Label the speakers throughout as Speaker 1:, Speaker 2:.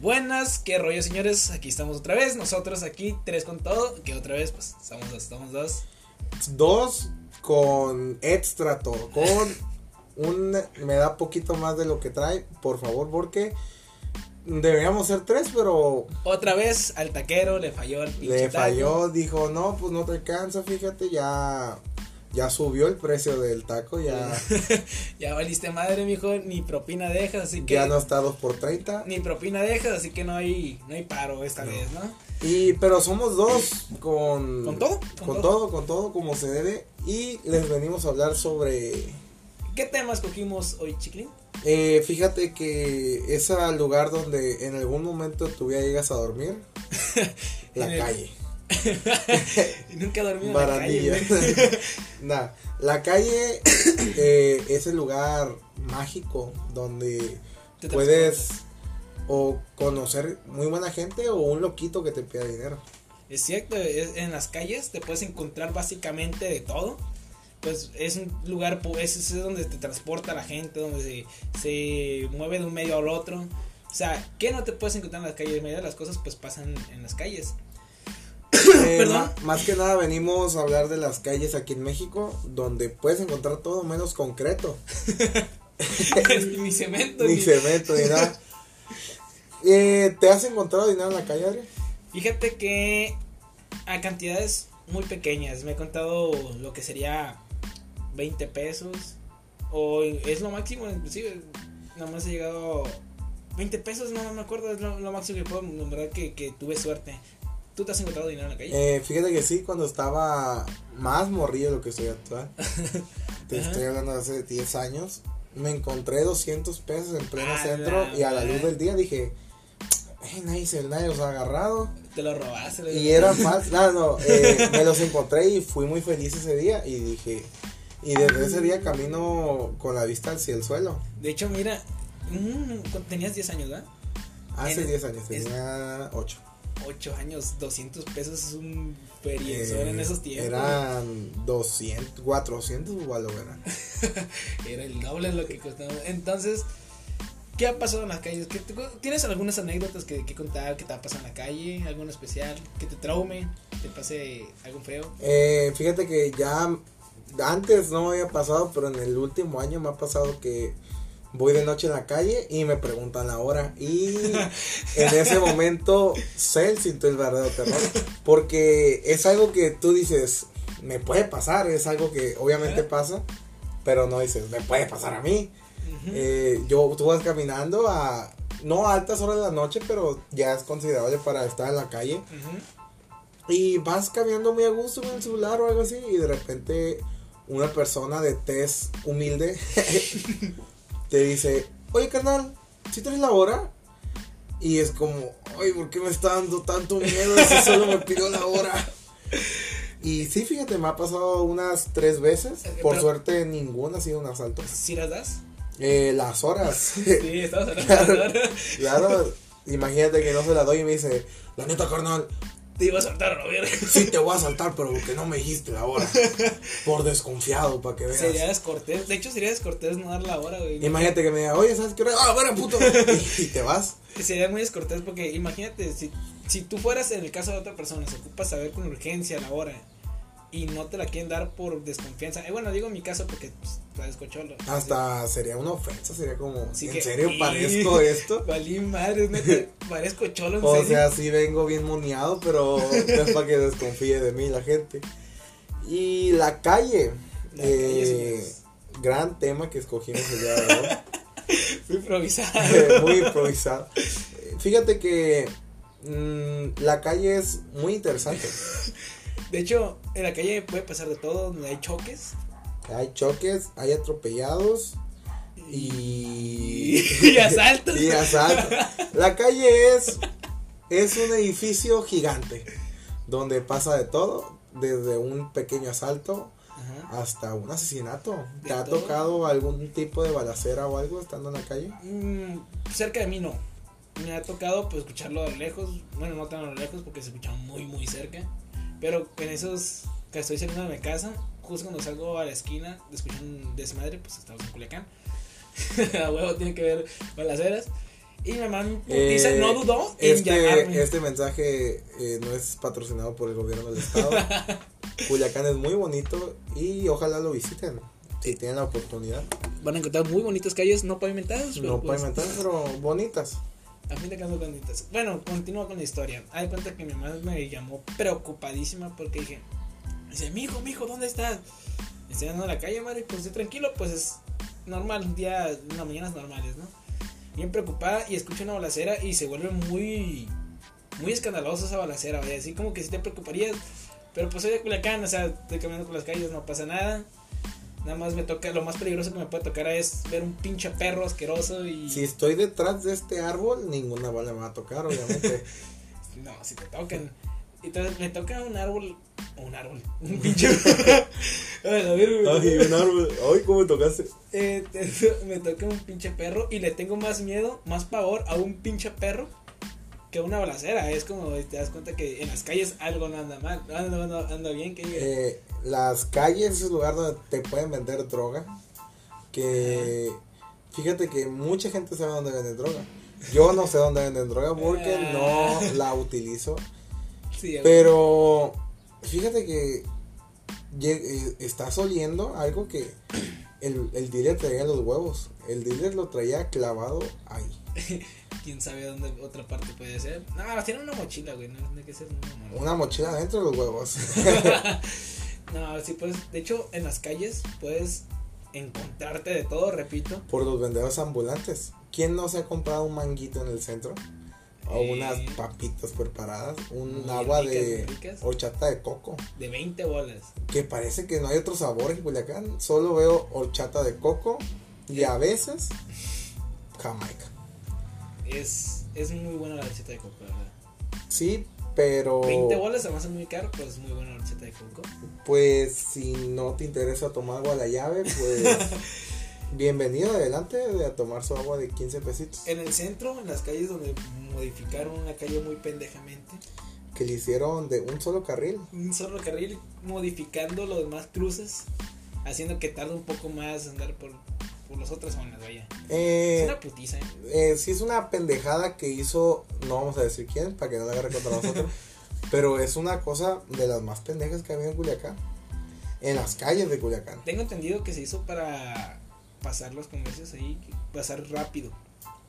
Speaker 1: Buenas, qué rollo señores, aquí estamos otra vez, nosotros aquí, tres con todo, que otra vez pues estamos dos, estamos dos.
Speaker 2: Dos con extra todo, con un me da poquito más de lo que trae, por favor, porque deberíamos ser tres, pero
Speaker 1: Otra vez al taquero le falló el pinche
Speaker 2: le
Speaker 1: taco.
Speaker 2: falló, dijo, "No, pues no te alcanza, fíjate, ya ya subió el precio del taco, ya
Speaker 1: Ya valiste madre, mijo, ni propina dejas, así que
Speaker 2: ya no está dos por 30
Speaker 1: ni propina dejas, así que no hay no hay paro esta
Speaker 2: No.
Speaker 1: vez, ¿no?
Speaker 2: y pero somos dos con
Speaker 1: ¿Con todo?
Speaker 2: con, todo, con todo como se debe y les venimos a hablar sobre
Speaker 1: ¿Qué temas cogimos hoy, chiquilín?
Speaker 2: Eh, fíjate que es al lugar donde en algún momento de tu vida llegas a dormir. La
Speaker 1: En el-
Speaker 2: calle.
Speaker 1: Nunca he dormido
Speaker 2: Barandilla.
Speaker 1: en la calle. güey.
Speaker 2: Nah, la calle eh, es el lugar mágico donde
Speaker 1: Te
Speaker 2: puedes
Speaker 1: transportas.
Speaker 2: o conocer muy buena gente o un loquito que te pida dinero.
Speaker 1: Es cierto, es- en las calles te puedes encontrar básicamente de todo. Pues es un lugar, pu- es, es donde te transporta la gente, donde se, se mueve de un medio al otro. O sea, ¿qué no te puedes encontrar en las calles? La mayoría de las cosas pues pasan en las calles.
Speaker 2: Eh,
Speaker 1: Perdón.
Speaker 2: ma- más que nada venimos a hablar de las calles aquí en México donde puedes encontrar todo menos concreto.
Speaker 1: ni cemento.
Speaker 2: Ni
Speaker 1: ni-
Speaker 2: cemento, ni nada. Eh, ¿Te has encontrado dinero en la calle, Adri?
Speaker 1: Fíjate que a cantidades muy pequeñas, me he contado lo que sería 20 pesos, o es lo máximo, inclusive, nada más he llegado 20 pesos, no, no me acuerdo, es lo, lo máximo que puedo nombrar que, que tuve suerte. ¿Tú te has encontrado dinero en la calle?
Speaker 2: Eh, fíjate que sí, cuando estaba más morrido de lo que estoy actual, te
Speaker 1: Ajá.
Speaker 2: estoy hablando de hace 10 años, me encontré 200 pesos en pleno
Speaker 1: A la
Speaker 2: centro y a la luz
Speaker 1: madre.
Speaker 2: del día dije, "Ey, nadie, se, nadie los ha agarrado.
Speaker 1: Te lo robaste. lo-
Speaker 2: Eh, Y eran más, no, no, eh, me los encontré y fui muy feliz ese día y dije, y desde ese día camino con la vista hacia el suelo.
Speaker 1: De hecho, mira, mm, cu- tenías 10 años, ¿verdad?
Speaker 2: Hace
Speaker 1: En-
Speaker 2: 10 años,
Speaker 1: es-
Speaker 2: tenía 8.
Speaker 1: 8 años, 200 pesos es un perienzo en esos tiempos.
Speaker 2: Eran 200, 400 igual lo eran.
Speaker 1: Era el doble de lo que costaba. Entonces, ¿qué ha pasado en las calles? ¿Qué te- ¿Tienes algunas anécdotas que, que contar que te ha pasado en la calle? ¿Alguno especial? ¿Que te traume? ¿Te pase algo feo?
Speaker 2: Eh, fíjate que ya antes no me había pasado, pero en el último año me ha pasado que voy de noche en la calle y me preguntan la hora. Y en ese momento sé el cinto el verdadero terror. Porque es algo que tú dices, me puede pasar, es algo que obviamente
Speaker 1: Ajá.
Speaker 2: pasa, pero no dices, me puede pasar a mí.
Speaker 1: Ujú.
Speaker 2: Eh, yo, tú vas caminando a, no a altas horas de la noche, pero ya es considerable para estar en la calle.
Speaker 1: Ujú.
Speaker 2: Y vas caminando muy a gusto con el celular o algo así y de repente una persona de tez humilde te dice, oye canal, si tienes la hora? Y es como, ay, ¿por qué me está dando tanto miedo si solo me pidió la hora? Y sí, fíjate, me ha pasado unas tres veces.
Speaker 1: Eh,
Speaker 2: Por
Speaker 1: pero-
Speaker 2: suerte ninguna ha sido un asalto.
Speaker 1: ¿Sí las das?
Speaker 2: Eh, las horas.
Speaker 1: Sí, estamos hablando de las horas.
Speaker 2: claro, imagínate que no se la doy y me dice, la neta carnal,
Speaker 1: Te iba a soltar, Robert.
Speaker 2: Sí te voy a saltar, pero porque no me dijiste la hora. Por desconfiado, para que veas.
Speaker 1: Sería descortés. De hecho, sería descortés no dar la hora, güey.
Speaker 2: Imagínate que me diga, oye, ¿sabes qué hora? es? ¡Ah, bueno, puto! Y, y te vas.
Speaker 1: Sería muy descortés porque imagínate, si, si tú fueras en el caso de otra persona, se ocupa saber con urgencia la hora y no te la quieren dar por desconfianza. Eh, bueno, digo en mi caso porque pues, la descocholo.
Speaker 2: Hasta sería una ofensa, sería como,
Speaker 1: Así
Speaker 2: ¿en
Speaker 1: que-
Speaker 2: serio
Speaker 1: y-
Speaker 2: parezco esto?
Speaker 1: Valí madre, neta, parezco cholo en
Speaker 2: O
Speaker 1: serio.
Speaker 2: sea, sí vengo bien moneado, pero es para que desconfíe de mí la gente. Y la calle.
Speaker 1: La calle,
Speaker 2: eh,
Speaker 1: señores.
Speaker 2: gran tema que escogimos el día de hoy.
Speaker 1: Fui improvisado.
Speaker 2: muy improvisado. Eh, Fíjate que mm, la calle es muy interesante.
Speaker 1: De hecho, en la calle puede pasar de todo, donde hay choques.
Speaker 2: Hay choques, hay atropellados y.
Speaker 1: Y asaltos.
Speaker 2: y asaltos. La calle es. Es un edificio gigante. Donde pasa de todo. Desde un pequeño asalto
Speaker 1: Ajá.
Speaker 2: hasta un asesinato.
Speaker 1: De
Speaker 2: ¿Te ha
Speaker 1: todo.
Speaker 2: tocado algún tipo de balacera o algo estando en la calle?
Speaker 1: Mm, cerca de mí no. Me ha tocado pues escucharlo a lo lejos. Bueno, no tan a lo lejos porque se escuchaba muy, muy cerca. Pero en esos que estoy saliendo de mi casa, justo cuando salgo a la esquina, escucho un desmadre, pues estamos en Culiacán. a huevo tiene que ver balaceras. Y mi mamá me
Speaker 2: Eh,
Speaker 1: putiza, no dudó en
Speaker 2: Este,
Speaker 1: llamarme.
Speaker 2: este mensaje eh, no es patrocinado por el gobierno del estado. Culiacán es muy bonito y ojalá lo visiten. Si tienen la oportunidad.
Speaker 1: Van a encontrar muy bonitas calles no pavimentadas. pero
Speaker 2: No
Speaker 1: pues,
Speaker 2: pavimentadas, pero bonitas.
Speaker 1: A fin de cuentas, bonitas. Bueno, continúo con la historia. Hay cuenta que mi mamá me llamó preocupadísima porque dije: Dice, mijo, mijo, ¿dónde estás? Estoy andando en la calle, madre. Pues estoy tranquilo, pues es normal, un día, unas mañanas normales, ¿no? Bien preocupada y escucha una balacera y se vuelve muy, muy escandalosa esa balacera, oye, así como que si te preocuparías. Pero pues soy de Culiacán, o sea, estoy caminando por las calles, no pasa nada. Nada más me toca, lo más peligroso que me puede tocar es ver un pinche perro asqueroso y.
Speaker 2: Si estoy detrás de este árbol, ninguna bala me va a tocar, obviamente.
Speaker 1: No, si te tocan. Entonces me toca un árbol. Un árbol. Un pinche. A ver, a ver, güey.
Speaker 2: Ay, un árbol. Ay, ¿cómo tocaste?
Speaker 1: Eh, te- me toca un pinche perro y le tengo más miedo, más pavor a un pinche perro que a una balacera. Es como eh, te das cuenta que en las calles algo no anda mal, no anda, no anda- anda bien. Que diga.
Speaker 2: Eh, las calles es el lugar donde te pueden vender droga. Que fíjate que mucha gente sabe dónde venden droga. Yo no sé dónde venden droga porque no la utilizo.
Speaker 1: Sí, güey.
Speaker 2: Pero fíjate que lle- eh, estás oliendo algo que el, el dealer traía en los huevos. El dealer lo traía clavado ahí.
Speaker 1: quién sabe dónde otra parte puede ser. No, tiene una mochila, güey. No tiene que ser una mamada.
Speaker 2: Una mochila dentro de los huevos.
Speaker 1: No, sí, pues. De hecho, en las calles puedes encontrarte de todo, repito.
Speaker 2: por los vendedores ambulantes. ¿Quién no se ha comprado un manguito en el centro? O
Speaker 1: Eh.
Speaker 2: unas papitas preparadas, un
Speaker 1: Muy
Speaker 2: agua
Speaker 1: ricas,
Speaker 2: de
Speaker 1: muy ricas.
Speaker 2: horchata de coco,
Speaker 1: De 20 bolas.
Speaker 2: que parece que no hay otro sabor en Culiacán, solo veo horchata de coco y a veces Jamaica.
Speaker 1: Es, es muy buena la horchata de coco, la verdad.
Speaker 2: Sí, pero
Speaker 1: 20 bolas, además es muy caro, pues muy buena la horchata de coco.
Speaker 2: pues si no te interesa tomar agua a la llave, pues bienvenido adelante de a tomar su agua de 15 pesitos.
Speaker 1: En el centro, en las calles donde modificaron una calle muy pendejamente,
Speaker 2: Que le hicieron de un solo carril.
Speaker 1: un solo carril, modificando los demás cruces, haciendo que tarde un poco más andar por, por las otras zonas, vaya.
Speaker 2: Eh,
Speaker 1: Es una putiza, ¿eh?
Speaker 2: eh, sí es una pendejada que hizo, no vamos a decir quién, para que no la agarre contra nosotros, pero es una cosa de las más pendejas que había en Culiacán, en las calles de Culiacán.
Speaker 1: Tengo entendido que se hizo para pasar los comercios ahí, pasar rápido.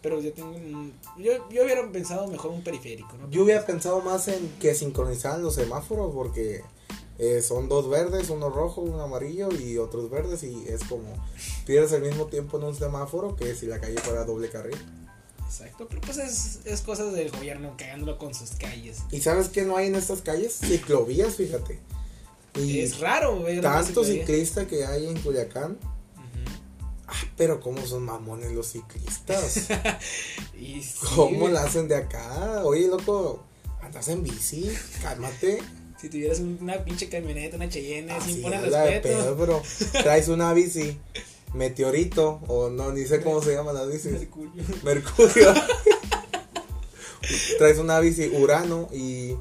Speaker 1: Pero yo tengo. un- Yo, yo hubiera pensado mejor un periférico, ¿no?
Speaker 2: Yo hubiera pensado más en que sincronizaran los semáforos porque eh, son dos verdes, uno rojo, uno amarillo y otros verdes y es como pierdes el mismo tiempo en un semáforo que si la calle fuera doble carril.
Speaker 1: Exacto, pero pues es, es cosas del gobierno cagándolo con sus calles.
Speaker 2: ¿Y sabes qué no hay en estas calles? Ciclovías, fíjate. Y
Speaker 1: Es raro ver. una
Speaker 2: tanto
Speaker 1: ciclovía.
Speaker 2: ciclista que hay en Culiacán.
Speaker 1: Ujú.
Speaker 2: Ah, pero cómo son mamones los ciclistas.
Speaker 1: Y sí,
Speaker 2: ¿Cómo
Speaker 1: güey,
Speaker 2: la hacen de acá? Oye, loco, andas en bici, cálmate.
Speaker 1: Si tuvieras una pinche camioneta, una Cheyenne,
Speaker 2: Así
Speaker 1: sin poner
Speaker 2: es Ah, la de
Speaker 1: respeto.
Speaker 2: pedo, pero traes una bici, meteorito, o no, ni sé cómo se llaman las bicis.
Speaker 1: Mercurio.
Speaker 2: Mercurio. traes una bici Urano y,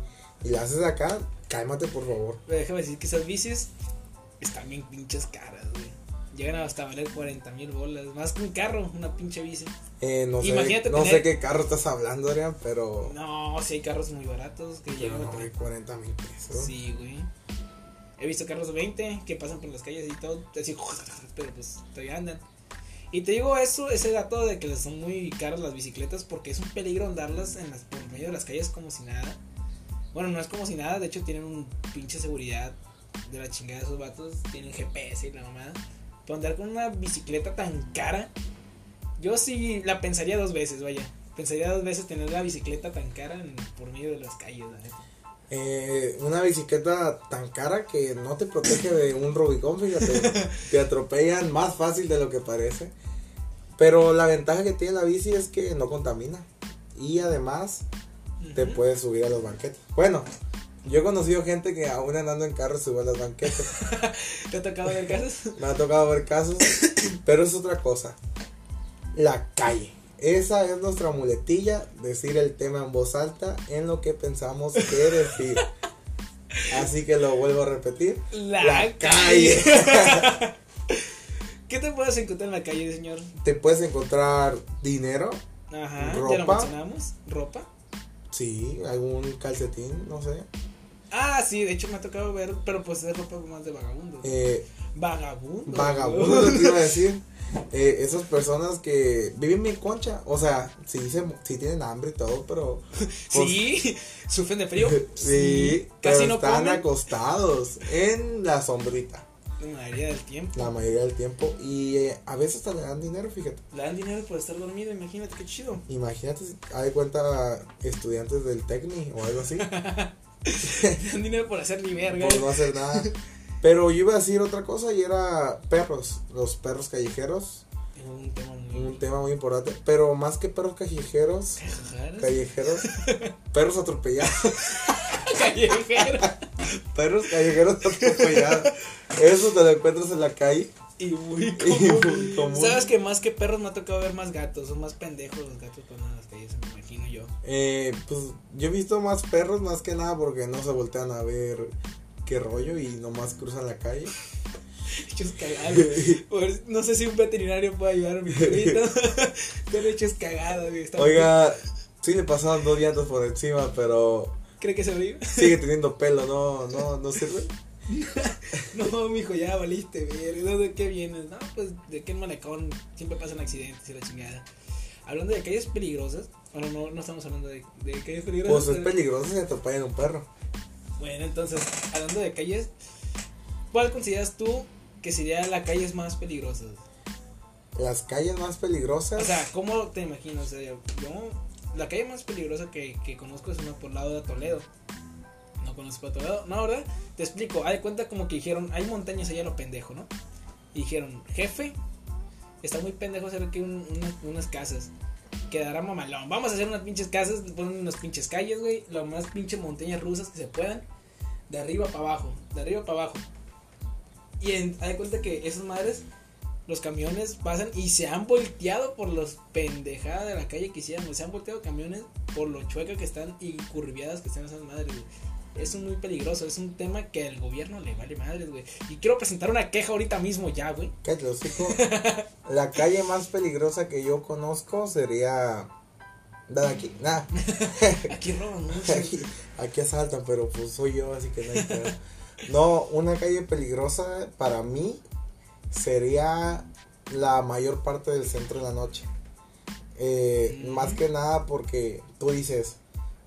Speaker 2: y la haces de acá, cálmate, por favor.
Speaker 1: Pero déjame decir que esas bicis están bien pinches caras, güey. Llegan hasta valer 40 mil bolas. Más que un carro, una pinche bici.
Speaker 2: Eh, no sé,
Speaker 1: Imagínate
Speaker 2: no
Speaker 1: tener-
Speaker 2: sé qué carro estás hablando, Adrián, pero.
Speaker 1: No, si hay carros muy baratos que
Speaker 2: pero
Speaker 1: llegan
Speaker 2: Oh. no,
Speaker 1: a
Speaker 2: hay
Speaker 1: tener-
Speaker 2: 40 mil pesos.
Speaker 1: Sí, güey. He visto carros de 20 que pasan por las calles y todo, así, pero pues todavía andan. Y te digo eso, ese dato de que les son muy caras las bicicletas porque es un peligro andarlas en las, por medio de las calles como si nada. Bueno, no es como si nada, de hecho tienen un pinche seguridad de la chingada de esos vatos, tienen GPS y la mamada. Pero andar con una bicicleta tan cara, yo sí la pensaría dos veces, vaya. Pensaría dos veces tener la bicicleta tan cara en- por medio de las calles, la neta.
Speaker 2: Eh, una bicicleta tan cara que no te protege de un Rubicón, fíjate. te atropellan más fácil de lo que parece. Pero la ventaja que tiene la bici es que no contamina. Y además te
Speaker 1: Ujú.
Speaker 2: puedes subir a los banquetes. Bueno, yo he conocido gente que aún andando en carro sube a los banquetes.
Speaker 1: ¿Te ha tocado ver casos?
Speaker 2: Me ha tocado ver casos. Pero es otra cosa. La calle. Esa es nuestra muletilla, decir el tema en voz alta en lo que pensamos que decir. Así que lo vuelvo a repetir.
Speaker 1: La, ¿Qué te puedes encontrar en la calle, señor?
Speaker 2: Te puedes encontrar dinero,
Speaker 1: Ajá, ya lo
Speaker 2: Ropa.
Speaker 1: mencionamos. Ropa.
Speaker 2: Sí, algún calcetín, no sé.
Speaker 1: Ah, sí, de hecho me ha tocado ver, pero pues es ropa más de vagabundo.
Speaker 2: Eh,
Speaker 1: vagabundo.
Speaker 2: vagabundo, te iba a decir. Eh, esas personas que viven bien concha. O sea, sí, se, sí tienen hambre y todo, pero. pues,
Speaker 1: Sí, sufren de frío.
Speaker 2: Sí,
Speaker 1: casi
Speaker 2: pero
Speaker 1: no
Speaker 2: están
Speaker 1: comen.
Speaker 2: acostados en la sombrita
Speaker 1: La mayoría del tiempo.
Speaker 2: la mayoría del tiempo y eh, a veces hasta le dan dinero, fíjate.
Speaker 1: Le dan dinero por estar dormido, imagínate qué chido.
Speaker 2: Imagínate, si hay cuenta estudiantes del Tecni o algo así,
Speaker 1: Le dan dinero por hacer ni verga.
Speaker 2: por no hacer nada. Pero yo iba a decir otra cosa y era perros, los perros callejeros,
Speaker 1: Es un tema muy.
Speaker 2: un tema muy importante, pero más que perros callejeros,
Speaker 1: Cajajaras.
Speaker 2: callejeros, perros atropellados,
Speaker 1: Callejero.
Speaker 2: perros callejeros atropellados. Eso te lo encuentras en la calle.
Speaker 1: Y muy
Speaker 2: Y
Speaker 1: común.
Speaker 2: muy común.
Speaker 1: Sabes que más que perros me ha tocado ver más gatos. Son más pendejos los gatos cuando andan en las calles, me imagino yo.
Speaker 2: Eh, pues yo he visto más perros más que nada porque no se voltean a ver qué rollo y nomás cruzan la calle.
Speaker 1: Hechos cagados. Por- No sé si un veterinario puede ayudar a mi perrito. Están hechos cagados, güey. Está-
Speaker 2: Oiga, sí le pasaron dos llantas por encima, pero
Speaker 1: ¿Cree que se abrió?
Speaker 2: sigue teniendo pelo, no, no, no sirve.
Speaker 1: No, mijo, ya valiste, verga. ¿De qué vienes? No, pues de qué malecón. Siempre pasan accidentes y la chingada. Hablando de calles peligrosas. Bueno, no, no estamos hablando de, de calles peligrosas.
Speaker 2: Pues es
Speaker 1: pero-
Speaker 2: peligroso si atropellan un perro.
Speaker 1: Bueno, entonces, hablando de calles, ¿cuál consideras tú que sería la calles más peligrosas?
Speaker 2: Las calles más
Speaker 1: O
Speaker 2: peligrosas.
Speaker 1: sea, ¿cómo te imaginas? O sea, yo, la calle más peligrosa que, que conozco es una por el lado de Toledo. No conozco a Toledo. No, ¿verdad? Te explico. Hay cuenta como que dijeron, hay montañas allá lo pendejo, ¿no? Y dijeron, jefe, está muy pendejo hacer aquí un- unas, unas casas. Quedará mamalón. Vamos a hacer unas pinches casas, le ponen unas pinches calles, güey. Las más pinches montañas rusas que se puedan. De arriba para abajo, de arriba para abajo. Y en, hay cuenta que esas madres los camiones pasan y se han volteado por los pendejadas de la calle que hicieron. güey. Se han volteado camiones por lo chueca que están y curviadas que están esas madres, güey. Es un muy peligroso, es un tema que al gobierno le vale madres, güey. Y quiero presentar una queja ahorita mismo ya, güey.
Speaker 2: cállate el hocico. La calle más peligrosa que yo conozco sería. Nada aquí, nada.
Speaker 1: Aquí roban mucho.
Speaker 2: aquí, aquí asaltan, pero pues soy yo, así que no hay pedo. No, una calle peligrosa para mí sería la mayor parte del centro de la noche. Eh,
Speaker 1: Mm.
Speaker 2: Más que nada porque tú dices,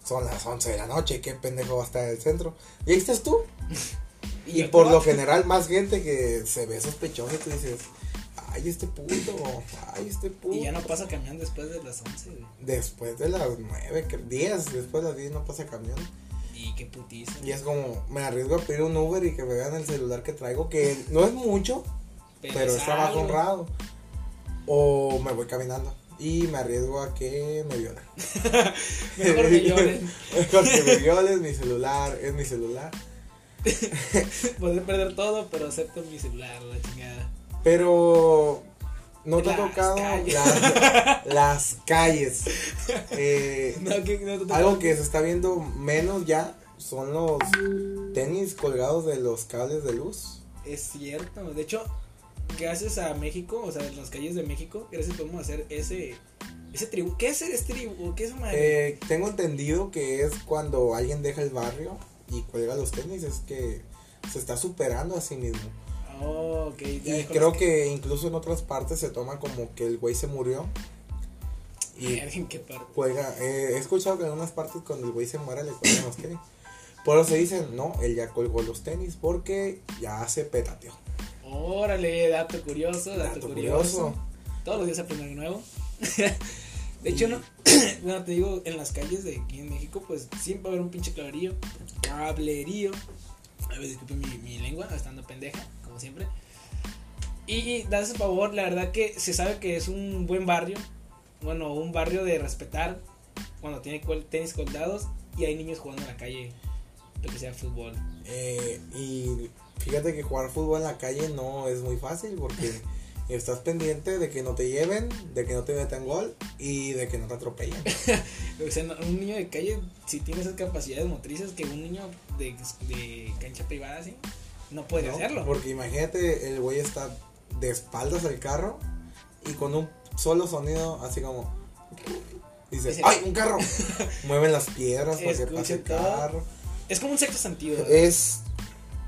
Speaker 2: son las 11 de la noche, qué pendejo va a estar en el centro. Y ahí estás tú. Y por lo general, más gente que se ve sospechosa, tú dices, ay, este puto, ay, este puto.
Speaker 1: Y ya no pasa camión después de las 11, güey.
Speaker 2: Después de las 9, 10, después de las 10 no pasa camión.
Speaker 1: Y qué putiza.
Speaker 2: Y es como, me arriesgo a pedir un Uber y que me vean el celular que traigo, que no es mucho, pero es trabajo
Speaker 1: algo.
Speaker 2: honrado. O me voy caminando y me arriesgo a que me violen.
Speaker 1: Mejor que lloren.
Speaker 2: Mejor que me violen, mi celular, es mi celular.
Speaker 1: Podré perder todo, pero acepto mi celular, la chingada.
Speaker 2: Pero no te ha
Speaker 1: Las
Speaker 2: tocado
Speaker 1: calles.
Speaker 2: la- las calles. Eh,
Speaker 1: No, que, no, te-
Speaker 2: algo que se está viendo menos ya son los tenis colgados de los cables de luz.
Speaker 1: Es cierto, de hecho, gracias a México, o sea, en las calles de México, gracias podemos hacer ese ese tribu, ¿qué es ese tribu? ¿Qué es madre?
Speaker 2: Eh, tengo entendido que es cuando alguien deja el barrio y cuelga los tenis, es que se está superando a sí mismo.
Speaker 1: oh, ok. ya
Speaker 2: Y
Speaker 1: conozco.
Speaker 2: creo que incluso en otras partes se toma como que el güey se murió. Y
Speaker 1: Verga, qué parte.
Speaker 2: cuelga, eh, he escuchado que en unas partes cuando el güey se muere le cuelgan los tenis. Por eso dicen, no, él ya colgó los tenis porque ya se petateó.
Speaker 1: Órale, dato curioso, dato,
Speaker 2: Dato
Speaker 1: curioso.
Speaker 2: curioso.
Speaker 1: Todos los días aprendo algo nuevo. de hecho, no, bueno, te digo, en las calles de aquí en México, pues siempre va a haber un pinche cablerío, cablerío. A ver, disculpen mi, mi lengua, estando pendeja, como siempre. Y das el favor, la verdad que se sabe que es un buen barrio, bueno, un barrio de respetar cuando tiene cuel- tenis colgados y hay niños jugando en la calle, lo que sea fútbol.
Speaker 2: Eh, y fíjate que jugar fútbol en la calle no es muy fácil porque estás pendiente de que no te lleven, de que no te metan gol y de que no te atropellen.
Speaker 1: O sea, no- un niño de calle, si tiene esas capacidades motrices que un niño de, de cancha privada, así, no podría
Speaker 2: ¿no?
Speaker 1: hacerlo.
Speaker 2: Porque imagínate, el güey está de espaldas al carro y con un solo sonido así como... Dices,
Speaker 1: Dice,
Speaker 2: ¡ay, un carro! Mueven las piedras para que
Speaker 1: Escucha
Speaker 2: pase el
Speaker 1: todo.
Speaker 2: carro.
Speaker 1: Es como un sexto sentido.
Speaker 2: Eh,
Speaker 1: ¿verdad?
Speaker 2: Es,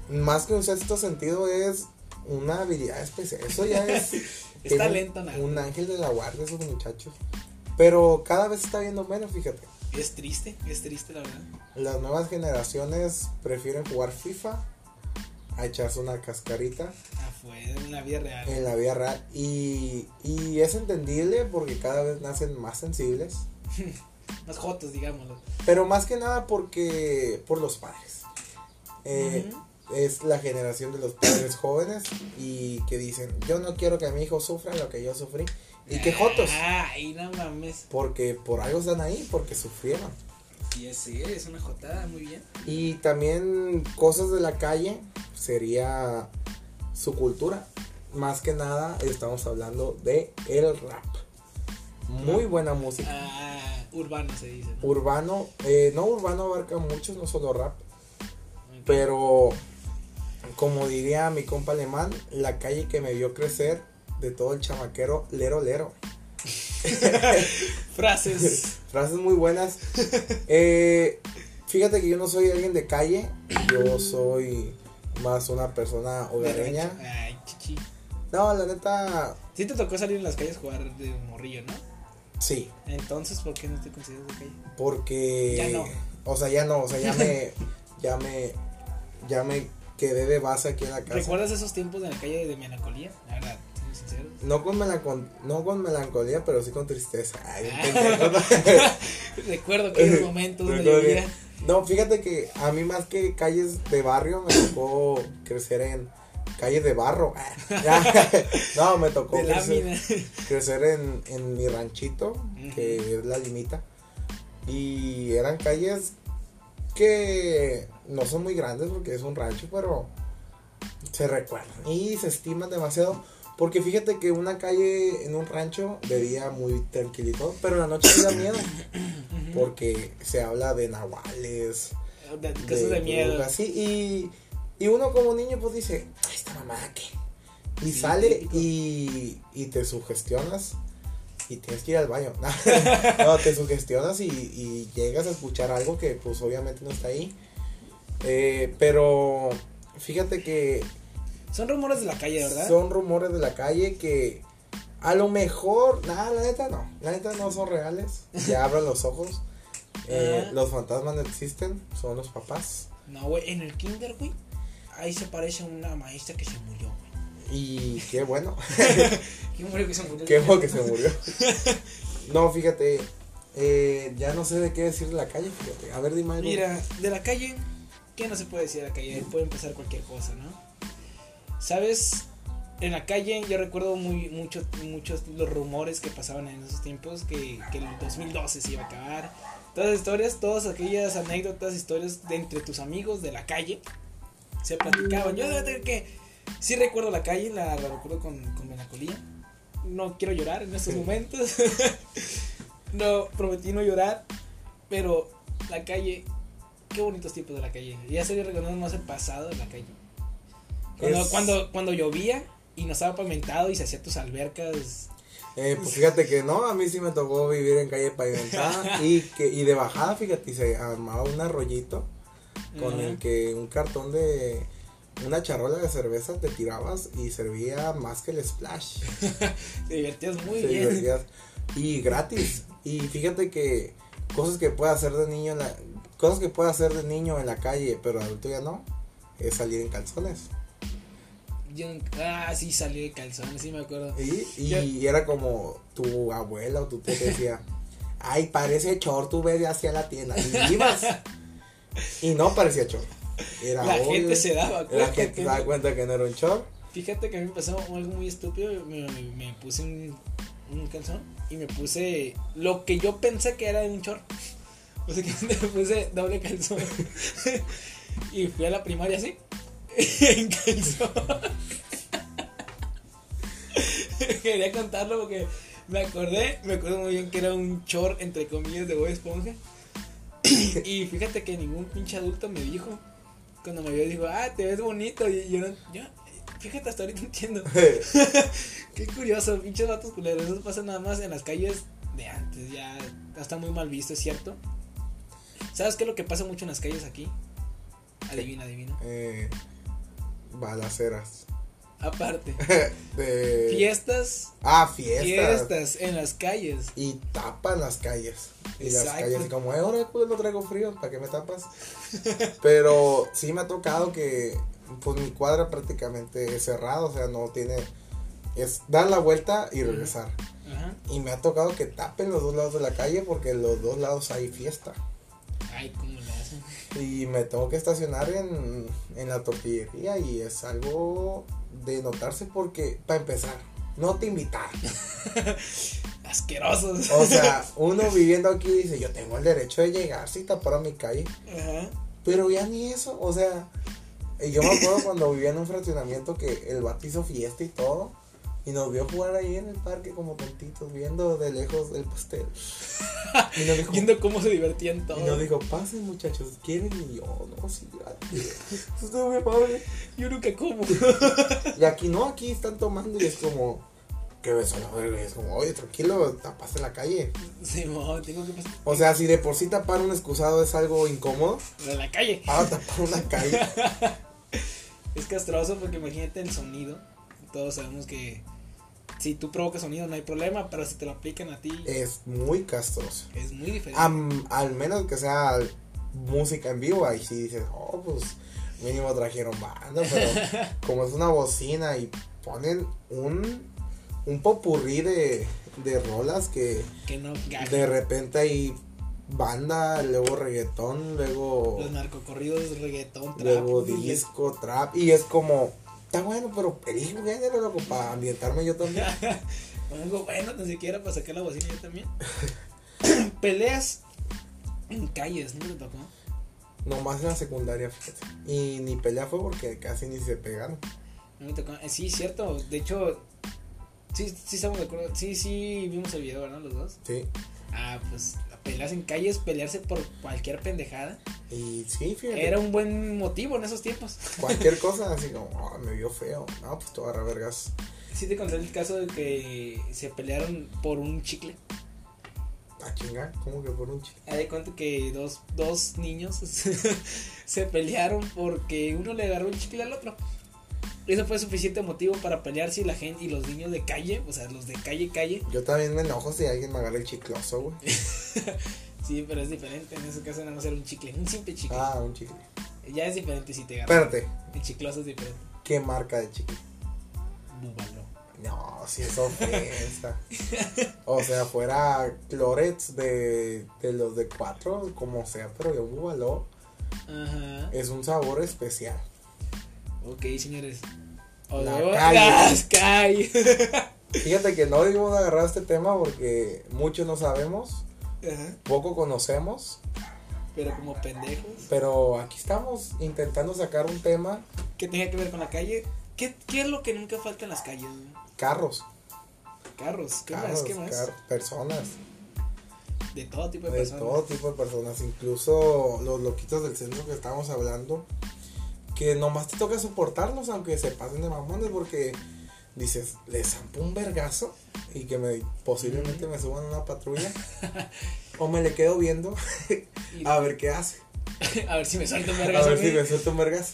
Speaker 2: más que un sexto sentido, es una habilidad especial. Eso ya es...
Speaker 1: Es
Speaker 2: tiene
Speaker 1: talento, nada.
Speaker 2: Un ángel de la guardia esos muchachos. Pero cada vez está viendo menos, fíjate.
Speaker 1: Es triste, es triste la verdad.
Speaker 2: Las nuevas generaciones prefieren jugar FIFA a echarse una cascarita
Speaker 1: Ah, fue en la vida real.
Speaker 2: en la vida real. Y, y es entendible porque cada vez nacen más sensibles.
Speaker 1: Más jotos, digámoslo.
Speaker 2: Pero más que nada porque por los padres. Eh,
Speaker 1: Ujú.
Speaker 2: Es la generación de los padres jóvenes y que dicen, yo no quiero que mi hijo sufra lo que yo sufrí. Y que jotos.
Speaker 1: Ay, no mames.
Speaker 2: Porque por algo están ahí, porque sufrieron.
Speaker 1: Sí, sí, es una jotada, muy bien.
Speaker 2: Y también cosas de la calle sería su cultura. Más que nada estamos hablando de el rap. Muy buena música.
Speaker 1: Ah, urbano se dice. ¿no?
Speaker 2: Urbano, eh, no urbano abarca mucho, no solo rap. Pero como diría mi compa alemán, la calle que me vio crecer de todo el chamaquero, lero lero.
Speaker 1: Frases.
Speaker 2: Frases muy buenas. Eh, fíjate que yo no soy alguien de calle, yo soy más una persona
Speaker 1: de
Speaker 2: hogareña.
Speaker 1: rancho. Ay, chichi.
Speaker 2: No, la neta,
Speaker 1: Sí te tocó salir en las calles a jugar de morrillo, ¿no?
Speaker 2: sí,
Speaker 1: Entonces, ¿por qué no te consideras de calle?
Speaker 2: porque...
Speaker 1: Ya no.
Speaker 2: O sea, ya no, o sea, ya me, ya me, ya me quedé de base aquí en la casa.
Speaker 1: ¿Recuerdas esos tiempos en la calle de melancolía? La verdad, siendo sincero.
Speaker 2: No con, melancon- no con melancolía, pero sí con tristeza. Ay,
Speaker 1: Ah.
Speaker 2: pendejo, ¿no?
Speaker 1: Recuerdo aquellos momentos donde
Speaker 2: Recuerdo que-
Speaker 1: llovía.
Speaker 2: No, fíjate que a mí más que calles de barrio me tocó crecer en calles de barro. no, me tocó
Speaker 1: De
Speaker 2: crecer,
Speaker 1: lámina.
Speaker 2: crecer en, en mi ranchito, que es la limita. Y eran calles que no son muy grandes porque es un rancho, pero se recuerdan y se estiman demasiado. Porque fíjate que una calle en un rancho de día muy tranquilito, pero en la noche me da miedo
Speaker 1: Ujú.
Speaker 2: porque se habla de nahuales,
Speaker 1: De- Cosas de miedo.
Speaker 2: brujas, sí, y, y uno como niño pues dice, "Ay, esta mamada que. Y
Speaker 1: Sí,
Speaker 2: sale
Speaker 1: típico.
Speaker 2: y, y te sugestionas y tienes que ir al baño. no, te sugestionas y, y llegas a escuchar algo que pues obviamente no está ahí. Eh, pero fíjate que
Speaker 1: Son rumores de la calle, ¿verdad?
Speaker 2: son rumores de la calle que a lo mejor, nada, la neta no, la neta no son reales. Ya abran los ojos. Eh,
Speaker 1: Ajá.
Speaker 2: los fantasmas no existen, son los papás.
Speaker 1: No, güey, en el kinder, güey, ahí se parece a una maestra que se murió, güey.
Speaker 2: Y qué bueno,
Speaker 1: ¿Quién murió que se murió?
Speaker 2: qué bueno que se murió. No, fíjate, eh, ya no sé de qué decir de la calle, fíjate. A ver, dime algo.
Speaker 1: Mira, de la calle, ¿qué no se puede decir de la calle? Puede empezar cualquier cosa, ¿no? ¿Sabes? En la calle yo recuerdo muy muchos muchos los rumores que pasaban en esos tiempos que, que el 2012 se iba a acabar. Todas las historias, todas aquellas anécdotas, historias de entre tus amigos de la calle se platicaban. Yo debo tener que sí recuerdo la calle, la, la recuerdo con, con melancolía. No quiero llorar en estos
Speaker 2: Sí.
Speaker 1: momentos. no prometí no llorar, pero la calle qué bonitos tiempos de la calle. Ya se reconocemos más el pasado de la calle. Cuando,
Speaker 2: Es-
Speaker 1: cuando, cuando llovía y no estaba pavimentado y se hacía tus albercas.
Speaker 2: Eh, pues fíjate que no, a mí sí me tocó vivir en calle pavimentada y, que, y de bajada, fíjate, y se armaba un arroyito. con
Speaker 1: Ajá.
Speaker 2: el que un cartón de una charola de cerveza te tirabas y servía más que el splash.
Speaker 1: Te divertías muy
Speaker 2: Te
Speaker 1: bien.
Speaker 2: divertías. Y gratis. Y fíjate que cosas que puede hacer de niño en la, cosas que puede hacer de niño en la calle, pero adulto ya no, es salir en calzones.
Speaker 1: Yo nunca- ah, sí, salí de calzones, sí me acuerdo.
Speaker 2: Y, y era como tu abuela o tu tía te decía, ay, parece chor, tú vete hacia la tienda. Y ibas. Y no parecía chor. Era
Speaker 1: La
Speaker 2: obvio.
Speaker 1: gente se daba
Speaker 2: La
Speaker 1: cuenta.
Speaker 2: gente
Speaker 1: que-
Speaker 2: se da cuenta que no era un chor.
Speaker 1: Fíjate que a mí me pasó algo muy estúpido. Me, me- me puse un, un calzón y me puse lo que yo pensé que era un chor. O sea que me puse doble calzón. y fui a la primaria así. en calzón. Quería contarlo porque me acordé, me acuerdo muy bien que era un chor entre comillas de Bob Esponja. y fíjate que ningún pinche adulto me dijo cuando me vio dijo, ah, te ves bonito. Y yo no, yo, fíjate, hasta ahorita entiendo. Qué curioso, pinches vatos culeros. Eso pasa nada más en las calles de antes, ya está muy mal visto, es cierto. ¿Sabes qué es lo que pasa mucho en las calles aquí? Adivina, adivina.
Speaker 2: Eh, balaceras.
Speaker 1: Aparte,
Speaker 2: De-
Speaker 1: fiestas,
Speaker 2: Ah, fiestas.
Speaker 1: fiestas en las calles.
Speaker 2: Y tapan las calles. Y las
Speaker 1: Exacto.
Speaker 2: calles como, eh, ahora culo no traigo frío, ¿para qué me tapas? Pero sí me ha tocado que pues mi cuadra prácticamente es cerrada, o sea, no tiene... Es dar la vuelta y regresar.
Speaker 1: Ajá.
Speaker 2: Y me ha tocado que tapen los dos lados de la calle porque en los dos lados hay fiesta.
Speaker 1: Ay, ¿cómo le hacen?
Speaker 2: Y me tengo que estacionar en, en la tortillería y es algo de notarse porque, para empezar, no te invitar.
Speaker 1: Asquerosos.
Speaker 2: O sea, uno viviendo aquí dice, yo tengo el derecho de llegar si tapar a mi calle.
Speaker 1: Ajá.
Speaker 2: Pero ya ni eso, o sea, y yo me acuerdo cuando vivía en un fraccionamiento que el vato hizo fiesta y todo. Y nos vio jugar ahí en el parque como tontitos, viendo de lejos el pastel. Y nos dijo,
Speaker 1: Viendo cómo se divertían todos.
Speaker 2: y nos dijo, pasen muchachos, ¿quieren? Y yo, no, sí, gracias. Eso estuvo muy padre.
Speaker 1: Yo nunca como.
Speaker 2: Y aquí no, aquí están tomando y es como, ¿qué beso la verga? Y es como, oye, tranquilo, tapaste la calle.
Speaker 1: Simón, tengo que pasar
Speaker 2: O sea, si de por sí tapar un excusado es algo incómodo,
Speaker 1: a la calle.
Speaker 2: ahora tapar una calle.
Speaker 1: Es castroso porque imagínate el sonido. Todos sabemos que si tú provocas sonido no hay problema, pero si te lo aplican a ti
Speaker 2: es muy castroso.
Speaker 1: es muy diferente.
Speaker 2: Am- al menos que sea música en vivo, ahí sí dices, oh, pues mínimo trajeron banda, pero como es una bocina y ponen un, un popurrí de, de rolas que
Speaker 1: que no gaje.
Speaker 2: de repente hay banda, luego reggaetón, luego,
Speaker 1: Los narcocorridos, reggaetón, trap.
Speaker 2: luego
Speaker 1: y es-
Speaker 2: disco, trap, y es como, está bueno, pero elige un género, loco, para ambientarme yo también.
Speaker 1: Con algo bueno, ni siquiera para sacar la bocina yo también. Peleas en calles, ¿no te tocó?
Speaker 2: Nomás en la secundaria, fíjate. Y ni pelea fue porque casi ni se pegaron.
Speaker 1: No me tocó. Eh, sí, cierto. De hecho, sí, sí estamos de acuerdo. Sí, sí, vimos el video, ¿verdad? Los dos.
Speaker 2: Sí.
Speaker 1: Ah, pues peleas en calles, pelearse por cualquier pendejada.
Speaker 2: Y sí, fíjate.
Speaker 1: Era un buen motivo en esos tiempos.
Speaker 2: Cualquier cosa, así como, "Ah, me vio feo. No, pues te voy a agarrar vergas.
Speaker 1: Sí te conté el caso de que se pelearon por un chicle.
Speaker 2: A chingar, como que por un chico.
Speaker 1: Haz de cuenta que dos, dos niños se pelearon porque uno le agarró un chicle al otro. Eso fue suficiente motivo para pelearse y la gente y los niños de calle, o sea, los de calle, calle.
Speaker 2: Yo también me enojo si alguien me agarra el chicloso, güey.
Speaker 1: Sí, pero es diferente. En ese caso nada más era un chicle, un simple chicle.
Speaker 2: Ah, un chicle.
Speaker 1: Ya es diferente si te agarran.
Speaker 2: Espérate,
Speaker 1: El chicloso es diferente.
Speaker 2: ¿qué marca de chicle?
Speaker 1: Búbalo.
Speaker 2: No, si es ofensa. o sea, fuera Clorets de, de los de cuatro, como sea, pero de un valor.
Speaker 1: Ajá.
Speaker 2: Es un sabor especial.
Speaker 1: Ok, señores. O
Speaker 2: La
Speaker 1: luego-
Speaker 2: calle.
Speaker 1: Las calles.
Speaker 2: Fíjate que no debimos agarrar este tema porque mucho no sabemos,
Speaker 1: Ajá.
Speaker 2: poco conocemos,
Speaker 1: Pero como pendejos.
Speaker 2: pero aquí estamos intentando sacar un tema,
Speaker 1: ¿Qué tenga que ver con la calle? ¿Qué, qué es lo que nunca falta en las calles? güey?
Speaker 2: carros,
Speaker 1: Carros, ¿qué
Speaker 2: carros,
Speaker 1: más? ¿Qué más?
Speaker 2: car- personas,
Speaker 1: De todo tipo de,
Speaker 2: de
Speaker 1: personas.
Speaker 2: todo tipo de personas, incluso los loquitos del centro que estábamos hablando, que nomás te toca soportarlos aunque se pasen de mamones porque dices, les zampo un vergazo y que me posiblemente me suban a una patrulla o me le quedo viendo
Speaker 1: Y-
Speaker 2: a ver qué hace.
Speaker 1: a ver si me salto un
Speaker 2: A
Speaker 1: vergazo
Speaker 2: ver si
Speaker 1: aquí.
Speaker 2: me suelto un vergas.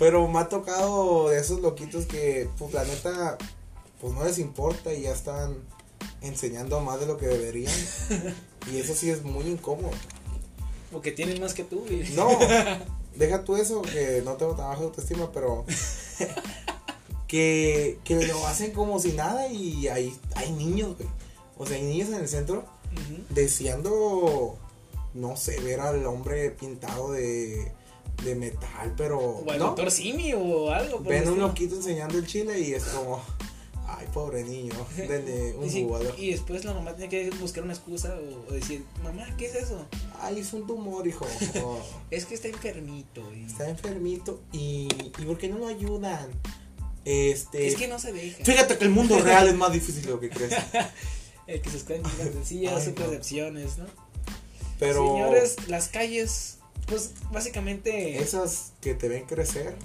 Speaker 2: Pero me ha tocado de esos loquitos que, pues, la neta, pues no les importa y ya están enseñando más de lo que deberían. Y eso sí es muy incómodo.
Speaker 1: Porque tienen más que tú. güey.
Speaker 2: No, deja tú eso, que no tengo trabajo de autoestima, pero. que, que lo hacen como si nada y hay, hay niños, güey. O sea, hay niños en el centro
Speaker 1: Ujú.
Speaker 2: deseando, no sé, ver al hombre pintado de, de metal, pero.
Speaker 1: O al
Speaker 2: ¿no?
Speaker 1: doctor Simi o algo. por
Speaker 2: Ven
Speaker 1: el
Speaker 2: un
Speaker 1: estilo.
Speaker 2: loquito enseñando el chile y es como, ay, pobre niño, denle un
Speaker 1: Y si-
Speaker 2: jugador.
Speaker 1: y después la mamá tiene que buscar una excusa o, o decir, mamá, ¿qué es eso?
Speaker 2: Ay, es un tumor, hijo. Oh,
Speaker 1: Es que está enfermito. y-
Speaker 2: está enfermito y, y ¿por qué no lo ayudan? Este...
Speaker 1: Es que no se deja.
Speaker 2: Fíjate que el mundo real es más difícil de lo que crees.
Speaker 1: El que se esconde en las
Speaker 2: Ay,
Speaker 1: sencillas, sus
Speaker 2: no.
Speaker 1: percepciones, ¿no?
Speaker 2: Pero
Speaker 1: Señores, las calles, pues básicamente.
Speaker 2: esas que te ven crecer.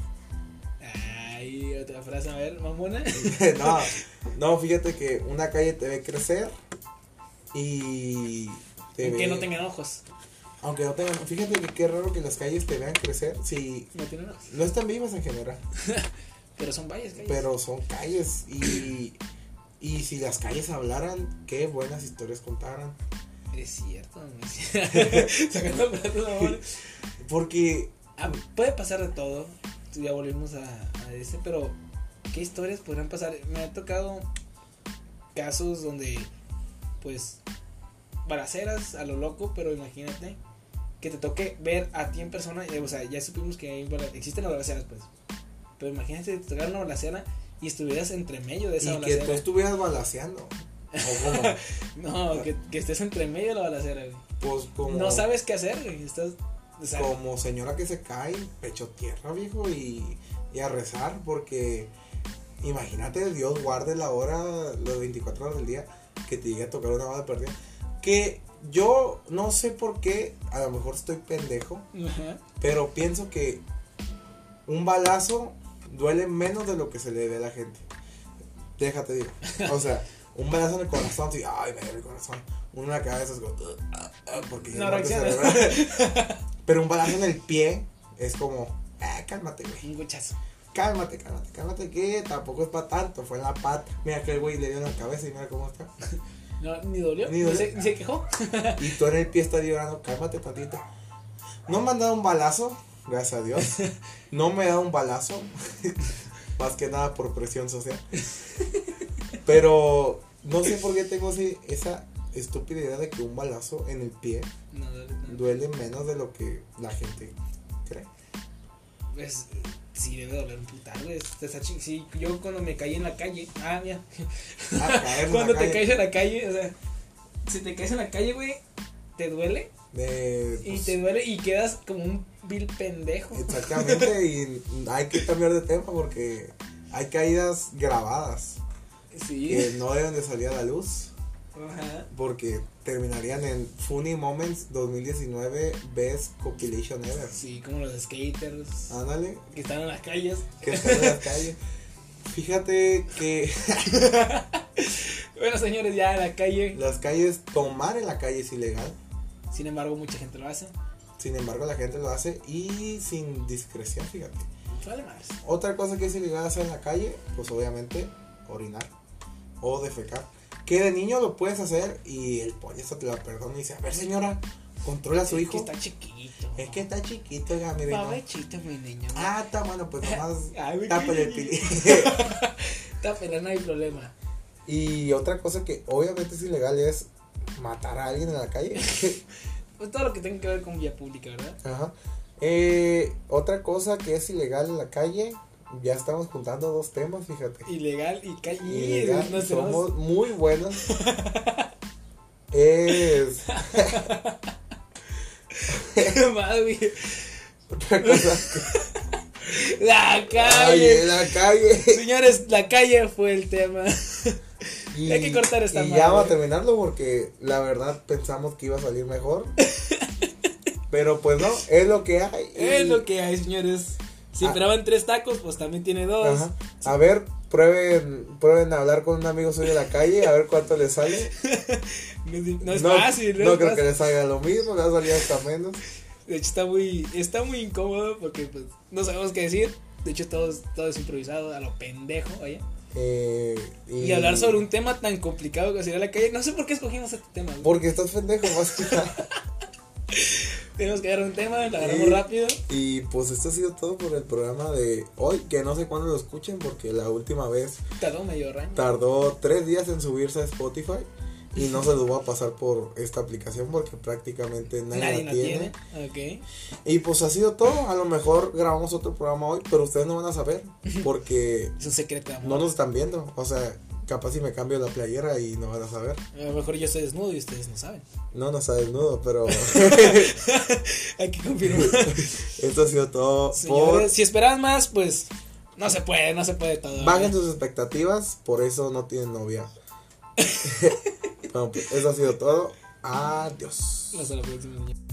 Speaker 1: Ay, otra frase, a ver, mamona.
Speaker 2: no, no, fíjate que una calle te ve crecer Y. te
Speaker 1: Aunque
Speaker 2: ve-
Speaker 1: no tengan ojos.
Speaker 2: Aunque no tengan. Fíjate que qué raro que las calles te vean crecer. Si.
Speaker 1: No tienen ojos.
Speaker 2: No están vivas en general.
Speaker 1: Pero son valles, calles.
Speaker 2: Pero son calles y, y si las calles hablaran, qué buenas historias contaran.
Speaker 1: Es cierto. no es cierto. Sacando platos ahora.
Speaker 2: Porque
Speaker 1: Ah, puede pasar de todo. Ya volvimos a, a este, pero ¿qué historias podrán pasar? Me ha tocado casos donde, pues, balaceras a lo loco, pero imagínate que te toque ver a ti en persona. eh, O sea, ya supimos que hay bala- existen las balaceras, pues. Pero imagínate que te tocara una balacera y estuvieras entre medio de esa
Speaker 2: y que
Speaker 1: balacera.
Speaker 2: tú estuvieras balaseando. O como,
Speaker 1: No, que, que estés entre medio de la balacera, güey.
Speaker 2: pues como,
Speaker 1: No sabes qué hacer, güey. Estás. o sea,
Speaker 2: como señora que se cae, pecho tierra, viejo, y, y a rezar. Porque imagínate, Dios guarde la hora, las 24 horas del día, que te llegue a tocar una bala perdida. Que yo no sé por qué, a lo mejor estoy pendejo.
Speaker 1: ajá.
Speaker 2: Pero pienso que un balazo duele menos de lo que se le ve a la gente. Déjate, digo. O sea, un balazo en el corazón, sí, ay, me duele el corazón. Uno en la cabeza es como, "Ugh, ah, ah", porque ya
Speaker 1: No
Speaker 2: muerte
Speaker 1: reacciona.
Speaker 2: cerebral. Pero un balazo en el pie es como, ah, cálmate, güey.
Speaker 1: Un guchazo.
Speaker 2: Cálmate, cálmate, cálmate, que tampoco es para tanto. Fue en la pata. Mira que el güey le dio en la cabeza y mira cómo está.
Speaker 1: No, ni dolió.
Speaker 2: Ni
Speaker 1: Ni
Speaker 2: dolió.
Speaker 1: Se, ni se quejó.
Speaker 2: Y tú en el pie estás llorando, cálmate tantito. No me han dado un balazo, gracias a Dios. No me ha dado un balazo. Más que nada por presión social. Pero no sé por qué tengo ese- esa estúpida idea de que un balazo en el pie
Speaker 1: No, dolió, no.
Speaker 2: duele menos de lo que la gente cree.
Speaker 1: Pues, sí, debe doler un putal, güey. Te está chi- sí, yo cuando me caí en la calle. Ah, mira.
Speaker 2: Ah, caer en la
Speaker 1: Cuando te
Speaker 2: calle
Speaker 1: caes en la calle, o sea, si te caes en la calle, güey, te duele.
Speaker 2: de-
Speaker 1: Y
Speaker 2: pues,
Speaker 1: te duele y quedas como un vil pendejo.
Speaker 2: Exactamente, y hay que cambiar de tema porque hay caídas grabadas que
Speaker 1: Eh, Sí.
Speaker 2: no deben de salir a la luz.
Speaker 1: Ajá.
Speaker 2: Porque terminarían en Funny Moments 2019 Best Compilation Ever.
Speaker 1: Sí, como los skaters
Speaker 2: Ándale,
Speaker 1: que están en las calles.
Speaker 2: que está en la calle. Fíjate que
Speaker 1: Bueno, señores, ya en la calle.
Speaker 2: las calles, tomar en la calle es ilegal.
Speaker 1: Sin embargo, mucha gente lo hace.
Speaker 2: Sin embargo, la gente lo hace y sin discreción, fíjate.
Speaker 1: Vale más.
Speaker 2: Otra cosa que es ilegal hacer en la calle, pues obviamente orinar o defecar. Que de niño lo puedes hacer y el policía te la perdona y dice, a ver señora, controla a su
Speaker 1: Es
Speaker 2: hijo.
Speaker 1: que está chiquito.
Speaker 2: Es que está chiquito, ya, mire. no.
Speaker 1: Pabechito, mi niño.
Speaker 2: Ah, está bueno, pues nomás
Speaker 1: Ay, güey,
Speaker 2: tápale el
Speaker 1: qué-
Speaker 2: pili-
Speaker 1: Está pero no hay problema.
Speaker 2: Y otra cosa que obviamente es ilegal es matar a alguien en la calle.
Speaker 1: Pues todo lo que tenga que ver con vía pública, ¿verdad?
Speaker 2: Ajá. Eh, otra cosa que es ilegal en la calle, ya estamos juntando dos temas, fíjate.
Speaker 1: Ilegal y calle.
Speaker 2: Ilegal,
Speaker 1: nos
Speaker 2: somos
Speaker 1: tenemos-
Speaker 2: muy buenos. es
Speaker 1: Madre, güey.
Speaker 2: otra cosa.
Speaker 1: La
Speaker 2: Ay,
Speaker 1: calle.
Speaker 2: en la calle.
Speaker 1: Señores, la calle fue el tema.
Speaker 2: Y,
Speaker 1: Hay que cortar esta
Speaker 2: Y
Speaker 1: madre.
Speaker 2: ya va a terminarlo porque la verdad pensamos que iba a salir mejor. Pero pues no, es lo que hay. y-
Speaker 1: Es lo que hay, señores. Si
Speaker 2: Ah.
Speaker 1: esperaban tres tacos, pues también tiene dos.
Speaker 2: Ajá. A ver, prueben, prueben a hablar con un amigo suyo de la calle, a ver cuánto le sale.
Speaker 1: No es, no es fácil,
Speaker 2: No,
Speaker 1: no, es
Speaker 2: creo que
Speaker 1: fácil.
Speaker 2: le salga lo mismo, le va a salir hasta menos.
Speaker 1: De hecho, está muy, está muy incómodo porque pues, no sabemos qué decir. De hecho, todo, es- todo es improvisado, a lo pendejo, vaya.
Speaker 2: Eh, y,
Speaker 1: Y hablar sobre un tema tan complicado que sería la calle. No sé por qué escogimos este tema. güey.
Speaker 2: Porque estás pendejo, más que nada.
Speaker 1: Tenemos que dar un tema, lo agarramos
Speaker 2: Sí.
Speaker 1: rápido.
Speaker 2: Y pues esto ha sido todo por el programa de hoy, que no sé cuándo lo escuchen, porque la última vez
Speaker 1: Tardó medio raño.
Speaker 2: tardó tres días en subirse a Spotify. Y no se lo voy a pasar por esta aplicación porque prácticamente nadie,
Speaker 1: Nadie
Speaker 2: la
Speaker 1: la
Speaker 2: tiene.
Speaker 1: tiene. Ok.
Speaker 2: Y pues ha sido todo. A lo mejor grabamos otro programa hoy, pero ustedes no van a saber porque
Speaker 1: Es un secreto de amor.
Speaker 2: no nos están viendo. O sea, capaz si me cambio la playera y no van a saber.
Speaker 1: A lo mejor yo estoy desnudo y ustedes no saben.
Speaker 2: No, no está desnudo, pero
Speaker 1: Hay que confirmar.
Speaker 2: esto ha sido todo.
Speaker 1: Señores, si esperaban más, pues no se puede, no se puede todo.
Speaker 2: Por... Bajen sus expectativas, por eso no tienen novia. Bueno, pues, eso ha sido todo. Adiós.
Speaker 1: Hasta la próxima, señor.